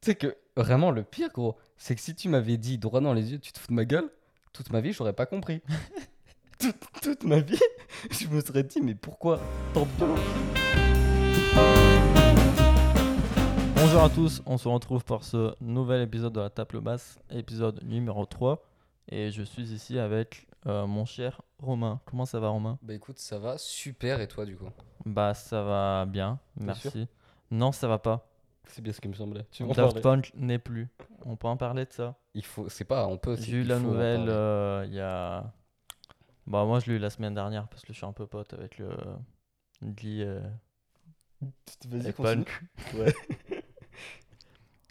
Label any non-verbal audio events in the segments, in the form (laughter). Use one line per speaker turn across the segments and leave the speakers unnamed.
Tu sais que vraiment, le pire, gros, c'est que si tu m'avais dit droit dans les yeux, tu te fous de ma gueule, toute ma vie, j'aurais pas compris. (laughs) toute, toute ma vie, je me serais dit, mais pourquoi tant bien
Bonjour à tous, on se retrouve pour ce nouvel épisode de la table basse, épisode numéro 3. Et je suis ici avec euh, mon cher Romain. Comment ça va Romain
Bah écoute, ça va super, et toi, du coup
Bah ça va bien,
T'es
merci. Non, ça va pas.
C'est bien ce qui me semblait. Tu m'en parlais.
Daft Punk n'est plus. On peut en parler de ça.
Il faut, c'est pas, on peut. c'est-
J'ai eu
il
la
faut en
nouvelle
parler.
euh, il y a... Bah moi je l'ai eu la semaine dernière parce que je suis un peu pote avec le... Guy euh,
Vas-y,
et
continue.
Punk.
Ouais.
(laughs)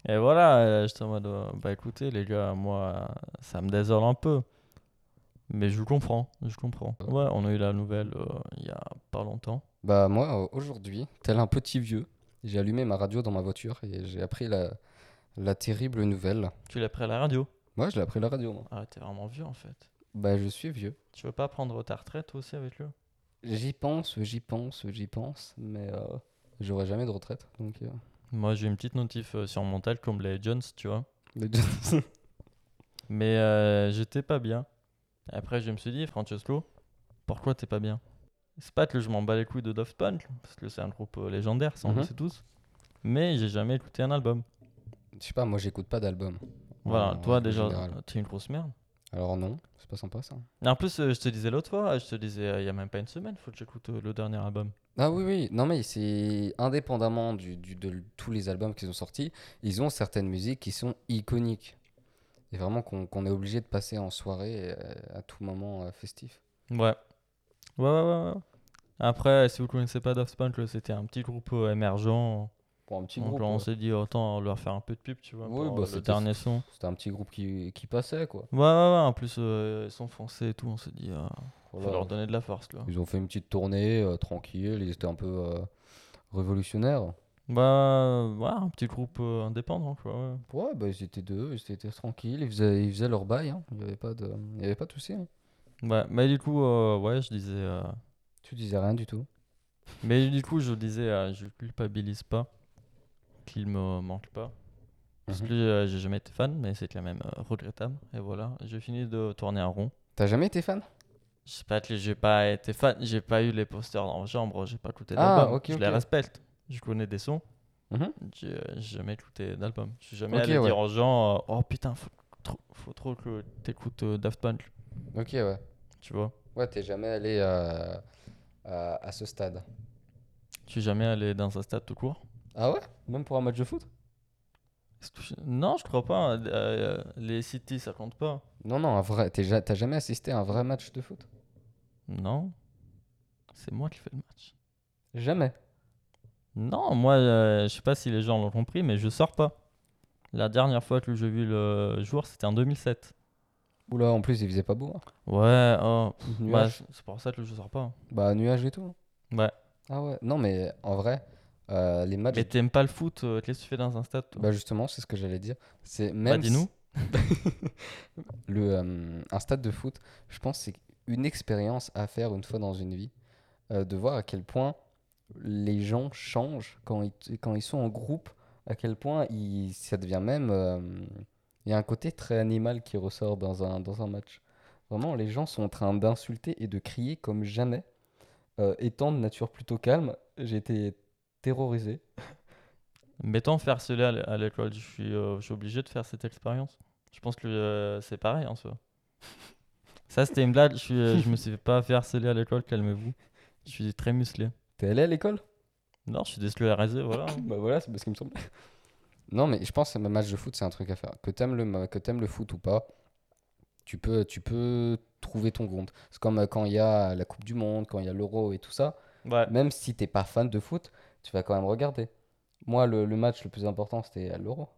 Et voilà, euh, j'étais en mode, euh, bah écoutez les gars, moi, euh, ça me désole un peu. Mais je comprends, je comprends.
Ouais.
Ouais, on a eu la nouvelle euh, il y a pas longtemps.
Bah moi euh, aujourd'hui, tel un petit vieux, j'ai allumé ma radio dans ma voiture et j'ai appris la, la terrible nouvelle.
Tu l'as pris à la radio
Moi je l'ai appris à la radio. moi.
Ah, t'es vraiment vieux en fait.
Bah je suis vieux.
Tu veux pas prendre ta retraite toi aussi avec lui
J'y pense, j'y pense, j'y pense, mais euh, j'aurai jamais de retraite. Donc euh, (laughs)
Moi, j'ai une petite notif euh, sur mon tel comme les Jones, tu vois.
le Johnson.
Mais euh, j'étais pas bien. Après, je me suis dit, Francesco, pourquoi t'es pas bien C'est pas que je m'en bats les couilles de Daft Punk, parce que c'est un groupe euh, légendaire, ça on le
Mhm.
sait tous. Mais j'ai jamais écouté un album.
je sais pas, moi j'écoute pas d'album.
Voilà,
En
toi
règle
déjà,
générale.
t'es une grosse merde.
Alors non, c'est pas sympa ça.
Et en plus, euh, je te disais l'autre fois, je te disais, euh, il y a même pas une semaine, faut que j'écoute euh, le dernier album.
Ah oui oui, non mais c'est indépendamment du, du- de l- tous les albums qu'ils ont sortis, ils ont certaines musiques qui sont iconiques. Et vraiment qu'on qu'on est obligé de passer en soirée euh, à tout moment euh, festif.
Ouais. Ouais, ouais, ouais. ouais. Après, si vous connaissez pas Daft Punk, là, c'était un petit groupe euh, émergent.
Pour un petit
Donc
groupe.
là, on
ouais.
s'est dit, autant leur faire un peu de pub, tu vois,
Oui,
pour
bah,
euh, le
c'était-
dernier son.
C'était un petit groupe qui, qui passait, quoi.
Ouais, ouais, ouais. En plus, euh, ils sont français et tout, on s'est dit, ah, faut
Voilà.
leur donner de la force, là.
Ils ont fait une petite tournée euh, tranquille, ils étaient un peu euh, révolutionnaires.
Bah, ouais, un petit groupe euh, indépendant, quoi. ouais.
Ouais, bah, ils étaient deux, ils étaient tranquilles, ils faisaient, ils faisaient leur bail, hein. il n'y avait pas de, il y avait pas de souci. hein.
Ouais, mais du coup, euh, ouais, je disais. euh,
Tu disais rien du tout.
Mais du coup, je disais, euh, je culpabilise pas qu'il me manque pas. Parce
Mhm.
que euh, j'ai jamais été fan, mais c'est quand même euh, regrettable. Et voilà, j'ai fini de tourner un rond.
T'as jamais été fan
Je sais pas que j'ai pas été fan, j'ai pas eu les posters dans ma chambre, j'ai pas écouté
Ah,
d'album.
ok,
je les
ok.
respecte. Je connais des sons,
Mhm.
j'ai euh, j'ai jamais écouté d'album. Je suis jamais
Ok,
allé
ouais.
dire aux gens, euh, oh putain, faut trop, faut trop que t'écoutes euh, Daft Punk,
Ok, ouais.
tu vois.
Ouais, t'es jamais allé euh, à, à ce stade.
Je suis jamais allé dans un stade tout court.
Ah ouais Même pour un match de foot
Est-ce que je- Non, je crois pas. euh, euh, les City, ça compte pas.
Non, non, un vrai. t'es ja- T'as jamais assisté à un vrai match de foot
Non. C'est moi qui fais le match.
Jamais.
Non, moi, euh, je sais pas si les gens l'ont compris, mais je sors pas. La dernière fois que j'ai vu le jour, c'était en 2007.
Oula, en plus, il faisait pas beau. hein.
Ouais, oh, bah,
Nuage.
c'est c'est pour ça que je sors pas.
Bah, nuage et tout.
Ouais.
Ah ouais. Non, mais en vrai, euh, les matchs
Mais t'aimes pas le foot, euh, qu'est-ce que tu fais dans un stade toi
Bah justement, c'est ce que j'allais dire. C'est
Bah,
même
dis-nous.
si- le euh, un stade de foot, je pense que c'est une expérience à faire une fois dans une vie, euh, de voir à quel point les gens changent quand ils, quand ils sont en groupe, à quel point ils, ça devient même euh, il y a un côté très animal qui ressort dans un dans un match. Vraiment, les gens sont en train d'insulter et de crier comme jamais. Euh, étant de nature plutôt calme, j'ai été terrorisé.
Mettons faire cela à l'é- à l'école, je suis, euh, je suis obligé de faire cette expérience. Je pense que euh, c'est pareil
(laughs)
en soi. ça, c'était une blague, je, suis, euh, je me suis fait pas faire cela à l'école, calmez-vous. Je suis très musclé.
T'es allé à l'école?
Non, je suis déscolarisé, voilà.
Bah voilà, c'est parce qu'il me semble. (laughs) Non, mais je pense que le match de foot, c'est un truc à faire. Que t'aimes le, ma- que t'aimes le foot ou pas, tu peux, tu peux trouver ton compte. C'est comme euh, quand il y a la Coupe du Monde, quand il y a l'Euro et tout ça. (laughs)
Ouais.
Même si t'es pas fan de foot, tu vas quand même regarder. Moi, le, le match le plus important, c'était à l'Euro.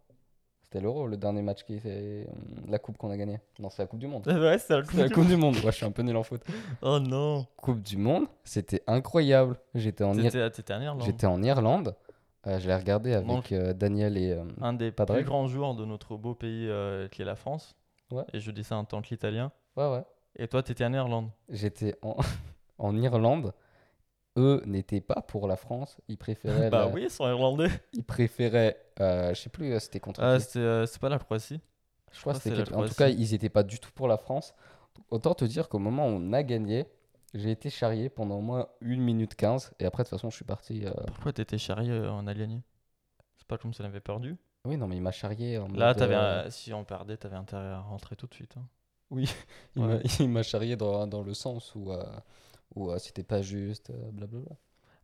C'était l'Euro, le dernier match qui était euh, la Coupe qu'on a gagnée. Non, c'est la Coupe du Monde.
Ouais, c'est
(laughs)
un
C'est la Coupe du Monde. Ouais, je suis un peu nul en foot.
Oh non.
Coupe du Monde, c'était incroyable. J'étais en, Ir-
T'étais à- t'étais en Irlande.
j'étais en Irlande. Euh, je l'ai regardé avec
Donc- Ah.
euh, Daniel et. euh,
un des
Pas de
plus
règles.
grands joueurs de notre beau pays euh, qui est la France.
Ouais.
Et je dis ça en tant qu'italien.
Ouais, ouais. (laughs)
Et toi, t'étais en Irlande.
J'étais en, en Irlande eux n'étaient pas pour la France. Ils préféraient,
(laughs) Bah
la-
oui, ils
(laughs)
sont irlandais.
ils préféraient, euh, je sais plus, euh, c'était contre.
Ah,
qui.
c'était, euh, c'est pas la Croatie.
je crois que
crois que
c'était.
c'est la
quelque- En tout
Croatie.
cas, ils n'étaient pas du tout pour la France. Autant te dire qu'au moment où on a gagné, j'ai été charrié pendant au moins 1 minute 15 et après de toute façon je suis parti. euh,
Pourquoi t'étais charrié euh, en Allemagne C'est pas comme si on avait perdu.
Oui non mais il m'a charrié. En
Là,
mode,
t'avais,
euh,
un- si on perdait, t'avais intérêt à rentrer tout de suite. hein.
Oui, il m'a-
Ouais.
(laughs) il m'a charrié dans, dans le sens où, euh, où euh, c'était pas juste, euh, blablabla.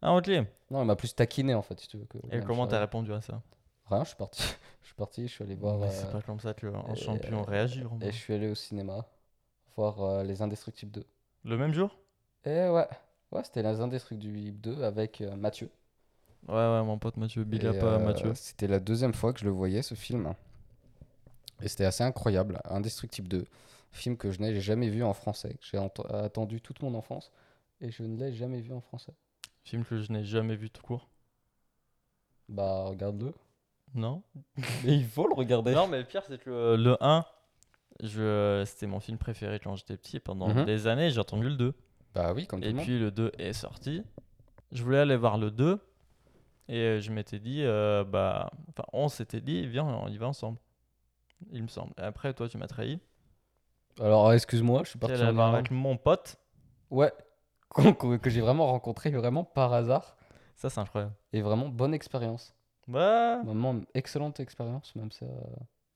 Ah, ok. Et
Non, il m'a plus taquiné en fait, si tu veux. Que, ouais, me
comment t'as
charrier.
répondu à ça
Rien, je suis parti. (laughs) Je suis parti, je suis allé voir.
Mais c'est
euh,
pas hein. comme ça qu'un
et- euh,
champion réagit. Romain.
Et je suis allé au cinéma voir euh, Les Indestructibles 2.
Le même jour
Et ouais, ouais c'était Les Indestructibles 2 avec euh, Mathieu.
Ouais, ouais, mon pote Mathieu. Big
Et,
up à
euh,
Mathieu.
C'était la deuxième fois que je le voyais, ce film. Et c'était assez incroyable. Indestructible 2, film que je n'ai jamais vu en français, que j'ai ent- attendu toute mon enfance et je ne l'ai jamais vu en français.
Film que je n'ai jamais vu tout court.
Bah, regarde-le.
Non
(laughs) Mais il faut le regarder.
Non, mais le pire, c'est que euh, le 1, je... c'était mon film préféré quand j'étais petit. Pendant
Mhm.
des années, j'ai entendu le 2.
Bah oui, comme tout
Et
le monde.
puis le 2 est sorti. Je voulais aller voir le 2. Et euh, je m'étais dit, euh, bah, enfin, on s'était dit, viens, on y va ensemble. Il me semble. Après, toi, tu m'as trahi.
Alors, excuse-moi, je suis
Tu es
parti
allé
en
voir
Irlande.
avec mon pote.
Ouais, (laughs) Qu'on- qu'on- que j'ai vraiment rencontré vraiment par hasard.
Ça, c'est incroyable.
Et vraiment bonne expérience.
Ouais.
Vraiment excellente expérience, même ça.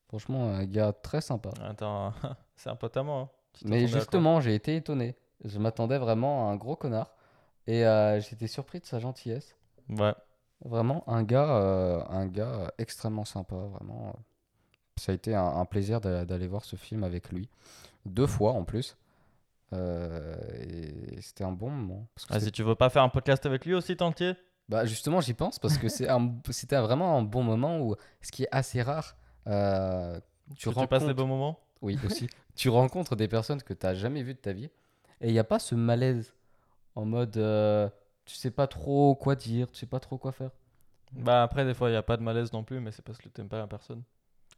Franchement, un gars très sympa.
Attends, (laughs) c'est un pote à moi. hein. Tu t'attendais
Mais
à quoi
justement, j'ai été étonné. Je m'attendais vraiment à un gros connard. Et euh, j'étais surpris de sa gentillesse.
Ouais.
Vraiment, un gars, euh, un gars extrêmement sympa, vraiment. euh. Ça a été un, un plaisir d'a- d'aller voir ce film avec lui. Deux fois en plus. Euh, et c'était un bon moment. Parce que
Ah,
c'est-
si tu veux pas faire un podcast avec lui aussi, t'entier
Bah justement, j'y pense parce que c'est un- c'était vraiment un bon moment où, ce qui est assez rare, euh, tu
Tu, tu passes les
rencontres-
bons moments
oui
(laughs)
aussi, tu rencontres des personnes que tu n'as jamais vues de ta vie et il n'y a pas ce malaise en mode euh, tu sais pas trop quoi dire, tu sais pas trop quoi faire.
Bah après, des fois, il n'y a pas de malaise non plus, mais c'est parce que t'aimes pas la personne.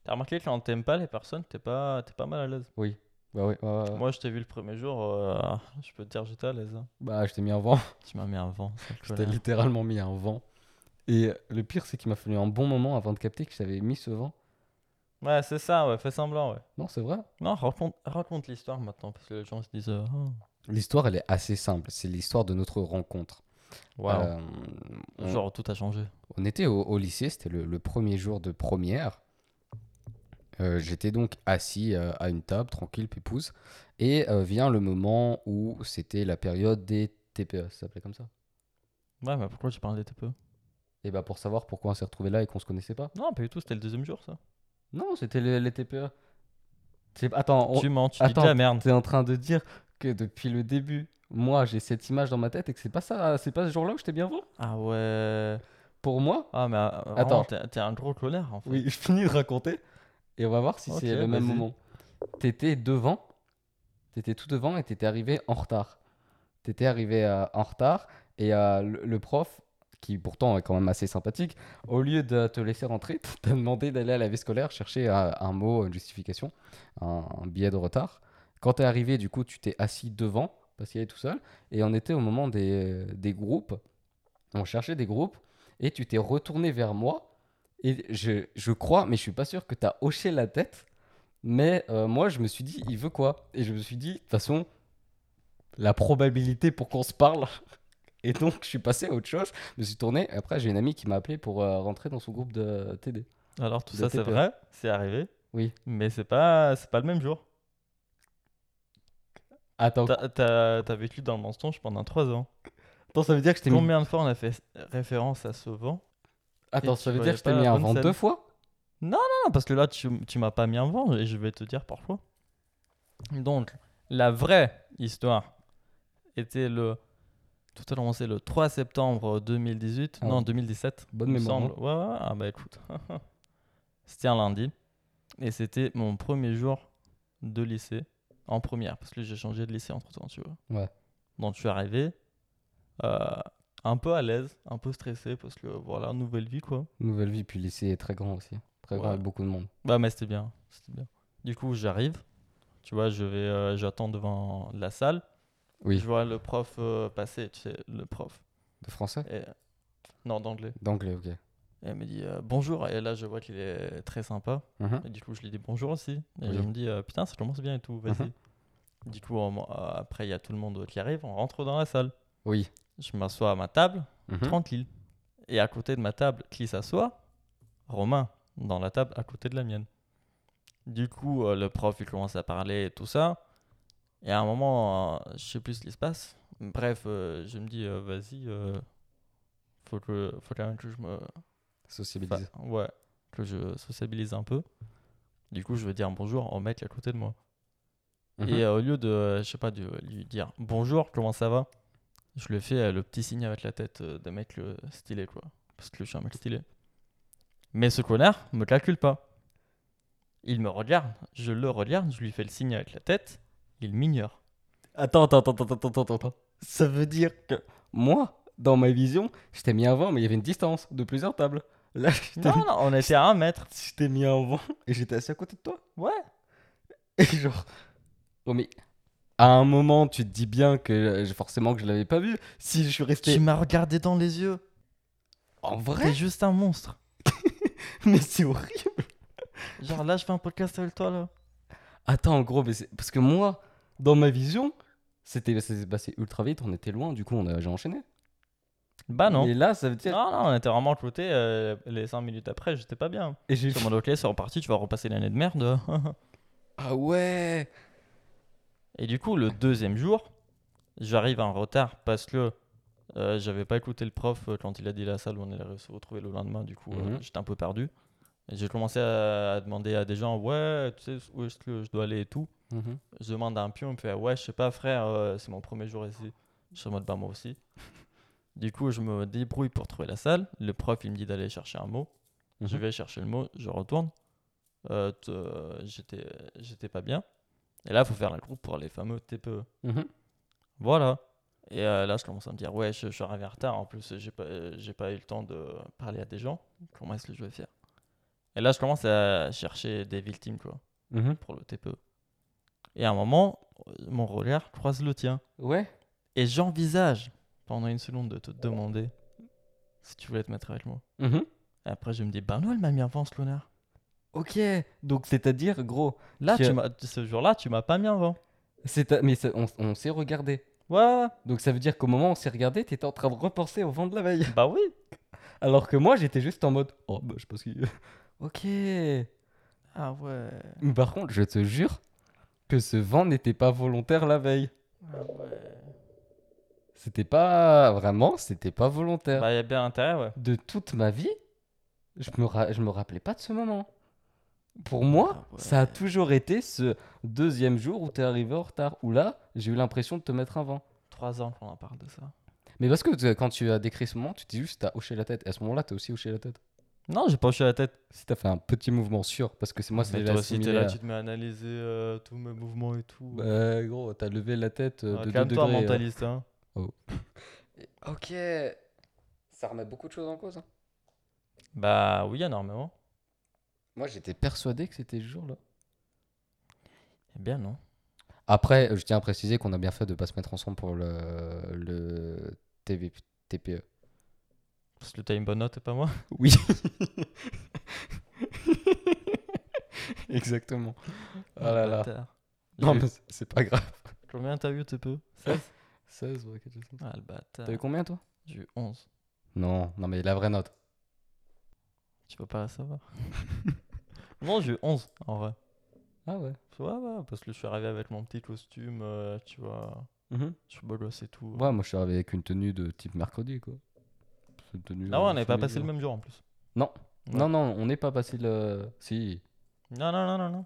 T'as remarqué que quand t'aimes pas les personnes, t'es pas, t'es pas mal à l'aise.
Bah oui, ouais, ouais, ouais.
Moi, je t'ai vu le premier jour, euh, je peux te dire, j'étais à l'aise. hein.
bah je t'ai mis un
(laughs)
vent,
Tu m'as mis un vent, sale
je t'ai
connard.
littéralement mis un vent. Et le pire, c'est qu'il m'a fallu un bon moment avant de capter que je t'avais mis ce vent.
Ouais, c'est ça, ouais, fais semblant, ouais.
Non, c'est vrai.
Non, raconte, raconte l'histoire maintenant, parce que les gens se disent. euh, Oh,
L'histoire, elle est assez simple. C'est l'histoire de notre rencontre.
waouh.
Euh, on-
Genre, tout a changé.
On était au, au lycée, c'était le, le premier jour de première. Euh, J'étais donc assis euh, à une table, tranquille, pépouse. Et euh, vient le moment où c'était la période des TPE, ça s'appelait comme ça.
Ouais, mais pourquoi tu parlé peu
Et bah pour savoir pourquoi on s'est retrouvé là et qu'on se connaissait pas.
Non, pas du tout, c'était le deuxième jour, ça.
Non, c'était les, les TPE. C'est- Attends, on...
Tu mens, tu dis
attends,
de la merde.
t'es en train de dire que depuis le début, moi j'ai cette image dans ma tête et que c'est pas ça, c'est pas ce jour-là où je t'ai bien vu.
Ah ouais.
Pour moi,
Ah, mais euh, vraiment,
Attends.
t'es t'es un gros colère en fait.
oui, (laughs) je finis de raconter et on va voir si
Ok,
c'est le même
vas-y.
moment. T'étais devant, t'étais tout devant et t'étais arrivé en retard. T'étais arrivé euh, en retard et euh, le, le prof, qui pourtant est quand même assez sympathique, au lieu de te laisser rentrer, (laughs) t'a demandé d'aller à la vie scolaire chercher euh, un mot, une justification, un, un billet de retard. Quand t'es arrivé, du coup, tu t'es assis devant parce qu'il y avait tout seul et on était au moment des, des groupes. On cherchait des groupes et tu t'es retourné vers moi. Et je, je crois, mais je suis pas sûr que tu as hoché la tête. Mais euh, moi, je me suis dit, il veut quoi Et je me suis dit, de toute façon, la probabilité pour qu'on se parle. (laughs) Et donc, je suis passé à autre chose. Je me suis tourné. Après, j'ai une amie qui m'a appelé pour euh, rentrer dans son groupe de TD.
Alors tout
De
ça c'est
TPE.
vrai, c'est arrivé.
Oui.
Mais c'est pas c'est pas le même jour.
Attends,
T'as- T'as t'as vécu dans le mensonge pendant 3 ans.
attends, ça veut dire que je t'ai mis...
Combien de fois on a fait référence à ce vent
Attends,
Et
ça
tu
veut dire
voyais
que je t'ai
pas
mis
la
un
bonne
vent
scène.
deux fois
Non parce que là tu, tu m'as pas mis un vent et je vais te dire pourquoi. Donc la vraie histoire était le tout à l'heure on sait le 3 septembre 2018
Ah
non
ouais.
2017
Bonne
il me
mémoire, hein.
semble. Ouais, ouais, ouais. ah bah écoute. (laughs) c'était un lundi. Et c'était mon premier jour de lycée. En première, parce que j'ai changé de lycée entre temps, tu vois.
Ouais.
Donc je suis arrivé euh, un peu à l'aise, un peu stressé, parce que voilà, nouvelle vie quoi.
Nouvelle vie, puis lycée est très grand aussi. Très grand
Ouais.
avec beaucoup de monde.
Bah mais c'était bien, c'était bien. Du coup j'arrive, tu vois, je vais, euh, j'attends devant la salle.
Oui.
Je vois le prof euh, passer, tu sais, le prof.
De français
Et- Non, d'anglais.
D'anglais, ok.
Et elle me dit euh, bonjour. Et là, je vois qu'il est très sympa.
Mhm.
Et du coup, je lui dis bonjour aussi. Et
Oui. Mhm.
je me dis euh, putain, ça commence bien et tout, vas-y. Du coup, on- euh, après, il y a tout le monde qui arrive. On rentre dans la salle.
Oui.
Je m'assois à ma table,
Mhm.
tranquille. Et à côté de ma table, qui s'assoit Romain, dans la table à côté de la mienne. Du coup, euh, le prof, il commence à parler et tout ça. Et à un moment, euh, je sais plus ce qui se passe. Bref, euh, je me dis, euh, vas-y, euh, faut, que, faut quand même que je me,
Sociabiliser.
Enfin, ouais, que je sociabilise un peu. Du coup, je vais dire bonjour au mec qui est à côté de moi.
Mhm.
Et euh, au lieu de, euh, je sais pas, de lui dire bonjour, comment ça va Je le fais euh, le petit signe avec la tête euh, d'un mec euh, stylé, quoi. Parce que je suis un mec stylé. Mais ce connard me calcule pas. Il me regarde, je le regarde, je lui fais le signe avec la tête, il m'ignore.
Attends, attends, attends, attends, attends, attends, attends. Ça veut dire que moi, dans ma vision, je t'ai mis avant, mais il y avait une distance de plusieurs tables. Là, je t'ai
Non, non, on était à un mètre.
(laughs) je t'ai mis avant et j'étais assis à côté de toi.
Ouais.
Et genre. Oh, mais à un moment, tu te dis bien que euh, forcément que je l'avais pas vu. Si je suis
Tu
resté.
m'as regardé dans les yeux.
En
T'es
vrai (laughs)
juste un monstre.
Mais c'est horrible
Genre là, je fais un podcast avec toi, là.
Attends, en gros, mais c'est- parce que moi, dans ma vision, c'était ça s'est passé ultra vite, on était loin, du coup, on a... j'ai enchaîné.
Bah non.
Et là, ça veut dire.
Non, non, on était vraiment à côté. euh, les 5 minutes après, j'étais pas bien.
Et j'ai
Je me ok, c'est reparti, tu vas repasser l'année de merde. (laughs)
Ah ouais
Et du coup, le deuxième jour, j'arrive en retard parce que euh, j'avais pas écouté le prof euh, quand il a dit la salle où on allait se retrouver le lendemain. Du coup, euh,
Mhm.
j'étais un peu perdu. Et J'ai commencé à, à demander à des gens, ouais, tu sais où est-ce que je dois aller et tout. Je demande à un pion, il me fait Ouais, je sais pas, frère, euh, c'est mon premier jour ici. Je suis en mode Bah, moi aussi. Du coup, je me débrouille pour trouver la salle. Le prof, il me dit d'aller chercher un mot. Je
Mhm.
vais chercher le mot, je retourne. Euh, t- euh, J'étais j'étais pas bien. Et là, il faut faire la groupe pour les fameux TPE.
Mhm.
Voilà. Et euh, là, je commence à me dire Ouais, je, je suis arrivé en retard. En plus, j'ai pas, euh, j'ai pas eu le temps de parler à des gens. Comment est-ce que je vais faire Et là, je commence à chercher des victimes, quoi
Mhm.
pour le TPE. Et à un moment, euh, mon regard croise le tien.
Ouais
Et j'envisage, pendant une seconde, de te demander si tu voulais te mettre avec moi.
Mhm.
Et après, je me dis, ben non, elle m'a mis avant, ce connard.
Ok, donc c'est-à-dire, gros,
Là,
Tu-
tu m'as- ce jour-là, tu m'as pas mis avant.
c'est à- mais ça- on, on s'est regardé.
Ouais, ouais,
Donc ça veut dire qu'au moment où on s'est regardé, t'étais en train de repenser au vent de la veille. (laughs)
bah oui.
Alors que moi, j'étais juste en mode, oh, bah, je pense qu'il... (laughs) ok. Mais
Ah ouais.
par contre, je te jure que ce vent n'était pas volontaire la veille.
Ah ouais.
C'était pas... Vraiment, c'était pas volontaire.
Bah, il y a bien intérêt, ouais.
De toute ma vie, je me, ra- je me rappelais pas de ce moment. Pour moi,
Ah ouais.
ça a toujours été ce deuxième jour où t'es arrivé en retard. Où là, j'ai eu l'impression de te mettre un vent.
Trois ans qu'on en parle de ça.
Mais parce que t- quand tu as décrit ce moment, tu dis juste t'as hoché la tête. Et à ce moment-là, t'as aussi hoché la tête.
Non, j'ai penché la tête.
Si t'as fait un petit mouvement sûr, parce que c'est moi, c'est
Mais
déjà
toi aussi, t'es
assimilé
là,
à-
tu te mets à analyser euh, tous mes mouvements et tout.
Bah, gros, t'as levé la tête euh,
Ah,
de 2
Calme-toi,
degrés. hein. euh.
mentaliste. Hein.
Ok. Ça remet beaucoup de choses en cause. hein.
Bah oui, énormément.
Moi, j'étais persuadé que c'était ce jour-là.
Eh bien, non.
Après, euh, je tiens à préciser qu'on a bien fait de pas se mettre ensemble pour le, le TV TPE.
Parce que t'as une bonne note et pas moi.
Oui. (laughs) Exactement. Oh là là.
Bâtard.
Non,
J'ai-
mais Ah, c'est- c'est pas grave.
Combien t'as eu, TPE 16
16, ouais, quelque chose comme ça.
Ah, le bâtard.
T'as eu combien, toi
J'ai eu 11.
Non, non, mais la vraie note.
Tu peux pas la (laughs) savoir. non, j'ai eu 11, en vrai.
Ah ouais.
Ouais, ouais, parce que je suis arrivé avec mon petit costume, euh, tu vois.
Mhm.
Je suis beau gosse et tout.
Ouais, moi, je suis arrivé avec une tenue de type mercredi, quoi. C'est une tenue,
Ah ouais,
euh,
on n'avait pas
familiale.
passé le même jour en plus.
Non.
Ouais.
Non, non, on n'est pas passé le. Si.
Non, non, non, non, non.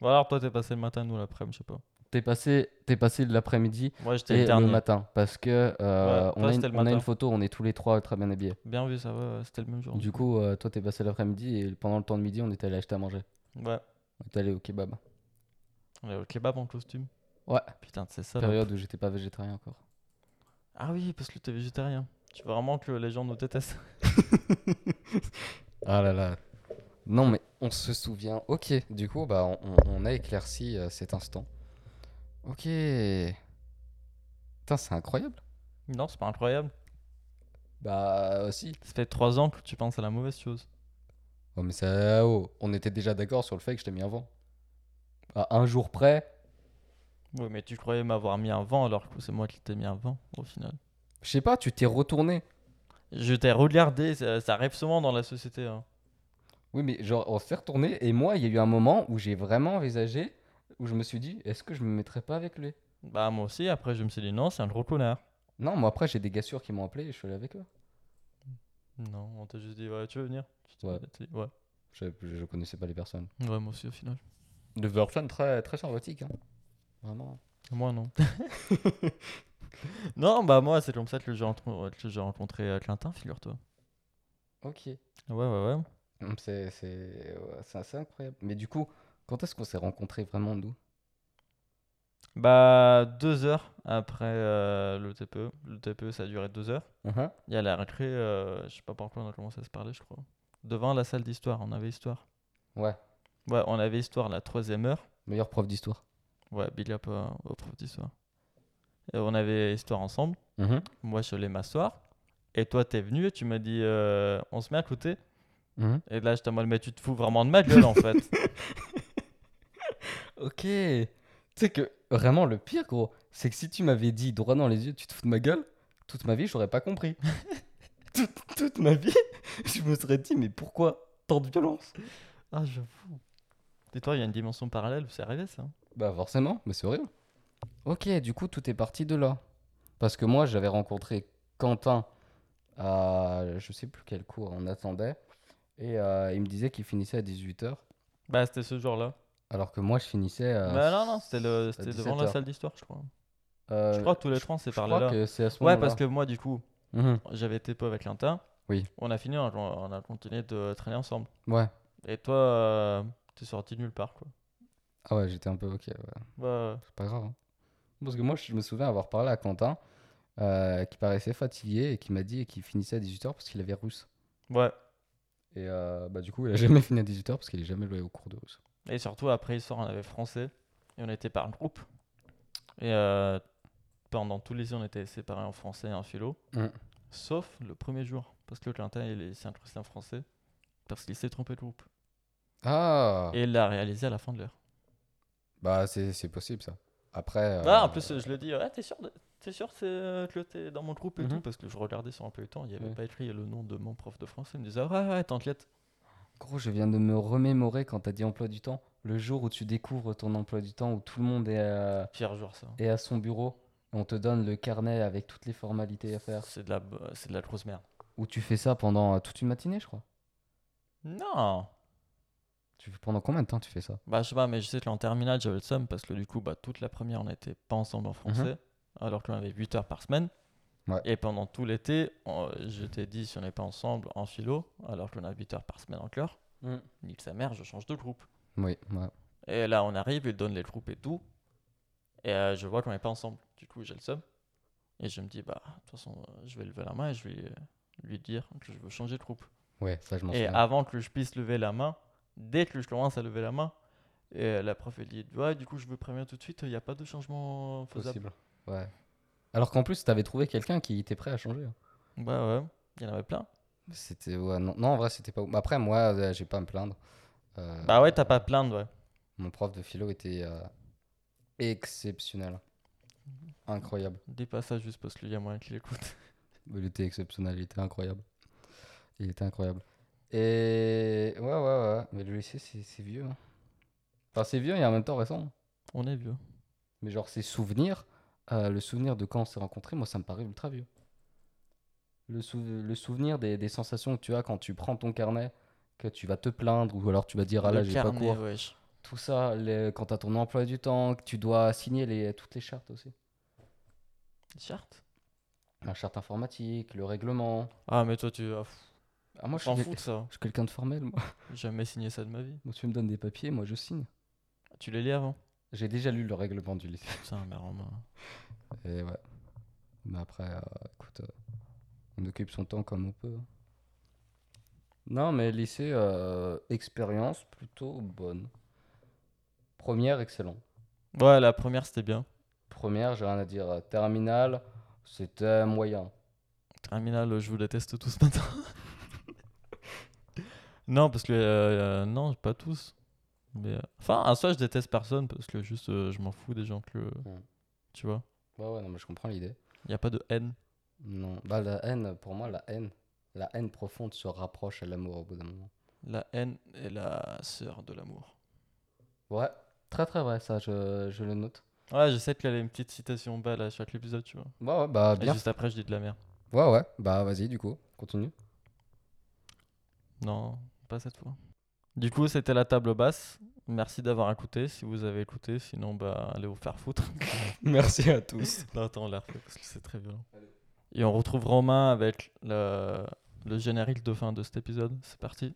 Bon, alors toi, t'es passé le matin, nous l'après-midi, je sais pas.
T'es passé, t'es passé l'après-midi
Moi, j'étais
et
le
le
dernier.
matin. Parce que euh,
Ouais,
on,
toi,
a
c'était
une,
le
on a une
matin.
photo, on est tous les trois très bien habillés.
Bien vu, ça, ouais, ouais, c'était le même jour.
Du coup, euh, toi, t'es passé l'après-midi et pendant le temps de midi, on est allé acheter à manger.
Ouais.
On est allé au kebab.
On avait le kebab en costume.
Ouais,
Putain, c'est ça.
période où j'étais pas végétarien encore.
Ah oui, parce que t'es végétarien. Tu veux vraiment que les gens nous détestent (laughs)
Ah là là. Non, mais on se souvient. Ok, du coup, bah, on, on- on a éclairci euh, cet instant. Ok. Putain, c'est incroyable.
Non, c'est pas incroyable.
Bah, aussi.
Ça fait trois ans que tu penses à la mauvaise chose.
Oh, mais ça, oh, on était déjà d'accord sur le fait que je t'ai mis avant. À un jour près,
Oui, mais tu croyais m'avoir mis un vent alors que c'est moi qui t'ai mis un vent au final.
je sais pas, tu t'es retourné.
Je t'ai regardé, ça, ça arrive souvent dans la société. hein.
Oui, mais genre, on s'est retourné, et moi, il y a eu un moment où j'ai vraiment envisagé, où je me suis dit, est-ce que je me mettrais pas avec lui
Bah, moi aussi, après, je me suis dit non, c'est un gros connard.
Non, moi, après, j'ai des gars sûrs qui m'ont appelé et je suis allé avec eux.
Non, on t'a juste dit, ouais, tu veux venir Tu t'es-
Ouais.
t'es- ouais.
Je, je connaissais pas les personnes.
Ouais, moi aussi au final.
De personnes très, très sympathiques, hein. Vraiment.
Moi non. (laughs) non, bah moi c'est comme ça que j'ai rencontré, que j'ai rencontré euh, Clintin, figure-toi.
Ok.
Ouais, ouais, ouais.
Hum, C'est c'est- ouais, c'est assez incroyable. Mais du coup, quand est-ce qu'on s'est rencontrés vraiment, nous
Bah deux heures après euh, le TPE. Le TPE ça a duré deux heures.
Mhm.
Il y a la récré, euh, je sais pas pourquoi on a commencé à se parler, je crois. Devant la salle d'histoire, on avait histoire.
Ouais,
Ouais, on avait histoire la troisième heure.
meilleur prof d'histoire.
Ouais, big up euh, au prof d'histoire. Et on avait histoire ensemble.
Mhm.
Moi je l'ai m'asseoir. Et toi t'es venu et tu m'as dit euh, on se met à côté.
Mhm.
Et là, j'étais en mode, mais tu te fous vraiment de ma gueule en fait.
Ok. Tu sais que vraiment le pire, gros, c'est que si tu m'avais dit droit dans les yeux, tu te fous de ma gueule, toute ma vie, j'aurais pas compris. toute, toute ma vie, (laughs) je me serais dit, mais pourquoi tant de violence
Ah, j'avoue. Dis-toi, il y a une dimension parallèle, c'est arrivé ça.
Bah forcément, mais c'est horrible. Ok, du coup, tout est parti de là. Parce que moi, j'avais rencontré Quentin à je sais plus quel cours, on attendait. Et euh, il me disait qu'il finissait à 18h,
Bah, c'était ce jour-là.
alors que moi, je finissais à.
bah, non, non, c'était, le,
à
c'était devant la
17h.
salle d'histoire, je crois.
Euh,
je crois que tous les trois, on
je
s'est parlé
crois
là.
que c'est à ce
Ouais,
moment-là.
parce que moi, du coup,
Mhm.
j'avais été peu avec Quentin.
Oui.
On a fini, on, on a continué de traîner ensemble.
Ouais.
Et toi, euh, t'es sorti de nulle part, quoi.
Ah ouais, j'étais un peu ok. ouais.
Bah,
C'est pas grave. hein. Parce que moi, je me souviens avoir parlé à Quentin, euh, qui paraissait fatigué et qui m'a dit qu'il finissait à 18h parce qu'il avait russe.
ouais.
Et euh, bah, du coup, il a (laughs) jamais fini à 18h parce qu'il est jamais allé au cours de russe.
Et surtout, après histoire, on avait français. Et on était par groupe. Et euh, pendant tous les ans, on était séparés en français et en philo.
Mm.
Sauf le premier jour. Parce que le Quentin, il est- s'est incrusté en français. Parce qu'il s'est trompé de groupe.
Ah
Et il l'a réalisé à la fin de l'heure.
Bah, c'est c'est possible ça. Après.
Ah, en
euh,
plus, je le dis, ah, t'es sûr, de- t'es sûr c'est, euh, que t'es dans mon groupe et
Mhm.
tout Parce que je regardais sur un peu le temps, il n'y avait
Ouais.
pas écrit le nom de mon prof de français. Il me disait, ah, ouais, ouais, t'inquiète.
Gros, je viens de me remémorer quand t'as dit emploi du temps, le jour où tu découvres ton emploi du temps, où tout le monde est à,
Pire jour, ça.
est à son bureau, on te donne le carnet avec toutes les formalités à faire,
C'est de, la, bo- c'est de la grosse merde.
où tu fais ça pendant euh, toute une matinée, je crois.
Non
Tu, pendant combien de temps tu fais ça
Bah, je sais pas, mais je sais que là, en terminale, j'avais le seum parce que du coup, bah, toute la première, on n'était pas ensemble en français, alors qu'on avait 8 heures par semaine.
Mhm. Ouais.
Et pendant tout l'été, on- je t'ai dit, si on n'est pas ensemble en philo, alors qu'on a 8 heures par semaine encore, nique sa mère, je change de groupe.
Oui, ouais.
Et là, on arrive, il donne les groupes et tout. Et euh, je vois qu'on n'est pas ensemble. Du coup, j'ai le seum. Et je me dis, bah, de toute façon, euh, je vais lever la main et je vais euh, lui dire que je veux changer de groupe.
Ouais, ça je m'en
Et
souviens.
avant que je puisse lever la main, dès que je commence à lever la main, et euh, la prof elle dit ouais, du coup je veux prévenir tout de suite, il n'y a pas de changement faisable.
Possible. Ouais. Alors qu'en plus, t'avais trouvé quelqu'un qui était prêt à changer. hein.
Bah ouais, il y en avait plein.
C'était ouais, non, non, en vrai, c'était pas. ouf. Après, moi, euh, j'ai pas à me plaindre. Euh,
Bah ouais, t'as pas à te plaindre, ouais.
Mon prof de philo était euh, exceptionnel,
Mhm.
incroyable.
Dis pas ça juste parce qu'il y a moyen qu'il écoute. (laughs)
Il était exceptionnel, il était incroyable. Il était incroyable. Et ouais, ouais, ouais. Mais le lycée, c'est c'est vieux. hein. Enfin, c'est vieux et en même temps récent.
On est vieux.
Mais genre, ces souvenirs, euh, le souvenir de quand on s'est rencontrés, moi, ça me paraît ultra vieux. Le, sou- le souvenir des, des sensations que tu as quand tu prends ton carnet, que tu vas te plaindre, ou alors tu vas dire, ah là,
Le
j'ai pas
carnet,
cours.
wesh.
Tout ça, les- quand t'as ton emploi du temps, que tu dois signer les, toutes les chartes aussi.
Charte
La charte informatique, le règlement.
Ah mais toi tu... ah, pff,
Ah, moi, je suis,
t'en
quel-
fous de ça.
je suis quelqu'un de formel, moi.
J'ai Jamais signé ça de ma vie.
Moi, tu me donnes des papiers, moi, je signe.
Tu les lis avant
J'ai déjà lu le règlement du lycée.
Putain, mais vraiment.
Et ouais. Mais après, euh, écoute, euh, on occupe son temps comme on peut. hein. Non, mais lycée, euh, expérience plutôt bonne. Première, excellent.
Ouais, la première c'était bien.
Première, j'ai rien à dire. Terminale, c'était moyen.
Terminal, je vous déteste tous maintenant. (laughs) non, parce que. euh, euh, non, pas tous. Mais, euh, enfin, à soi, je déteste personne parce que juste, euh, je m'en fous des gens que.
Ouais.
Tu vois
Ouais, ouais, non, mais je comprends l'idée.
Il n'y a pas de haine.
Non, bah la haine, pour moi, la haine, la haine profonde se rapproche à l'amour au bout d'un moment.
La haine est la sœur de l'amour.
Ouais, très très vrai, ça, je, je le note.
Ouais, je sais qu'elle a une petite citation balle à chaque épisode, tu vois.
Ouais, ouais, bah
Et
bien.
juste après, je dis de la merde.
Ouais, ouais, bah vas-y, du coup, continue.
Non, pas cette fois. Du coup, c'était la table basse. Merci d'avoir écouté. Si vous avez écouté, sinon, bah, allez vous faire foutre.
(laughs) Merci à tous.
(laughs) non, attends, on l'a refait parce que c'est très violent. Et on retrouve Romain avec le, le générique de fin de cet épisode. C'est parti.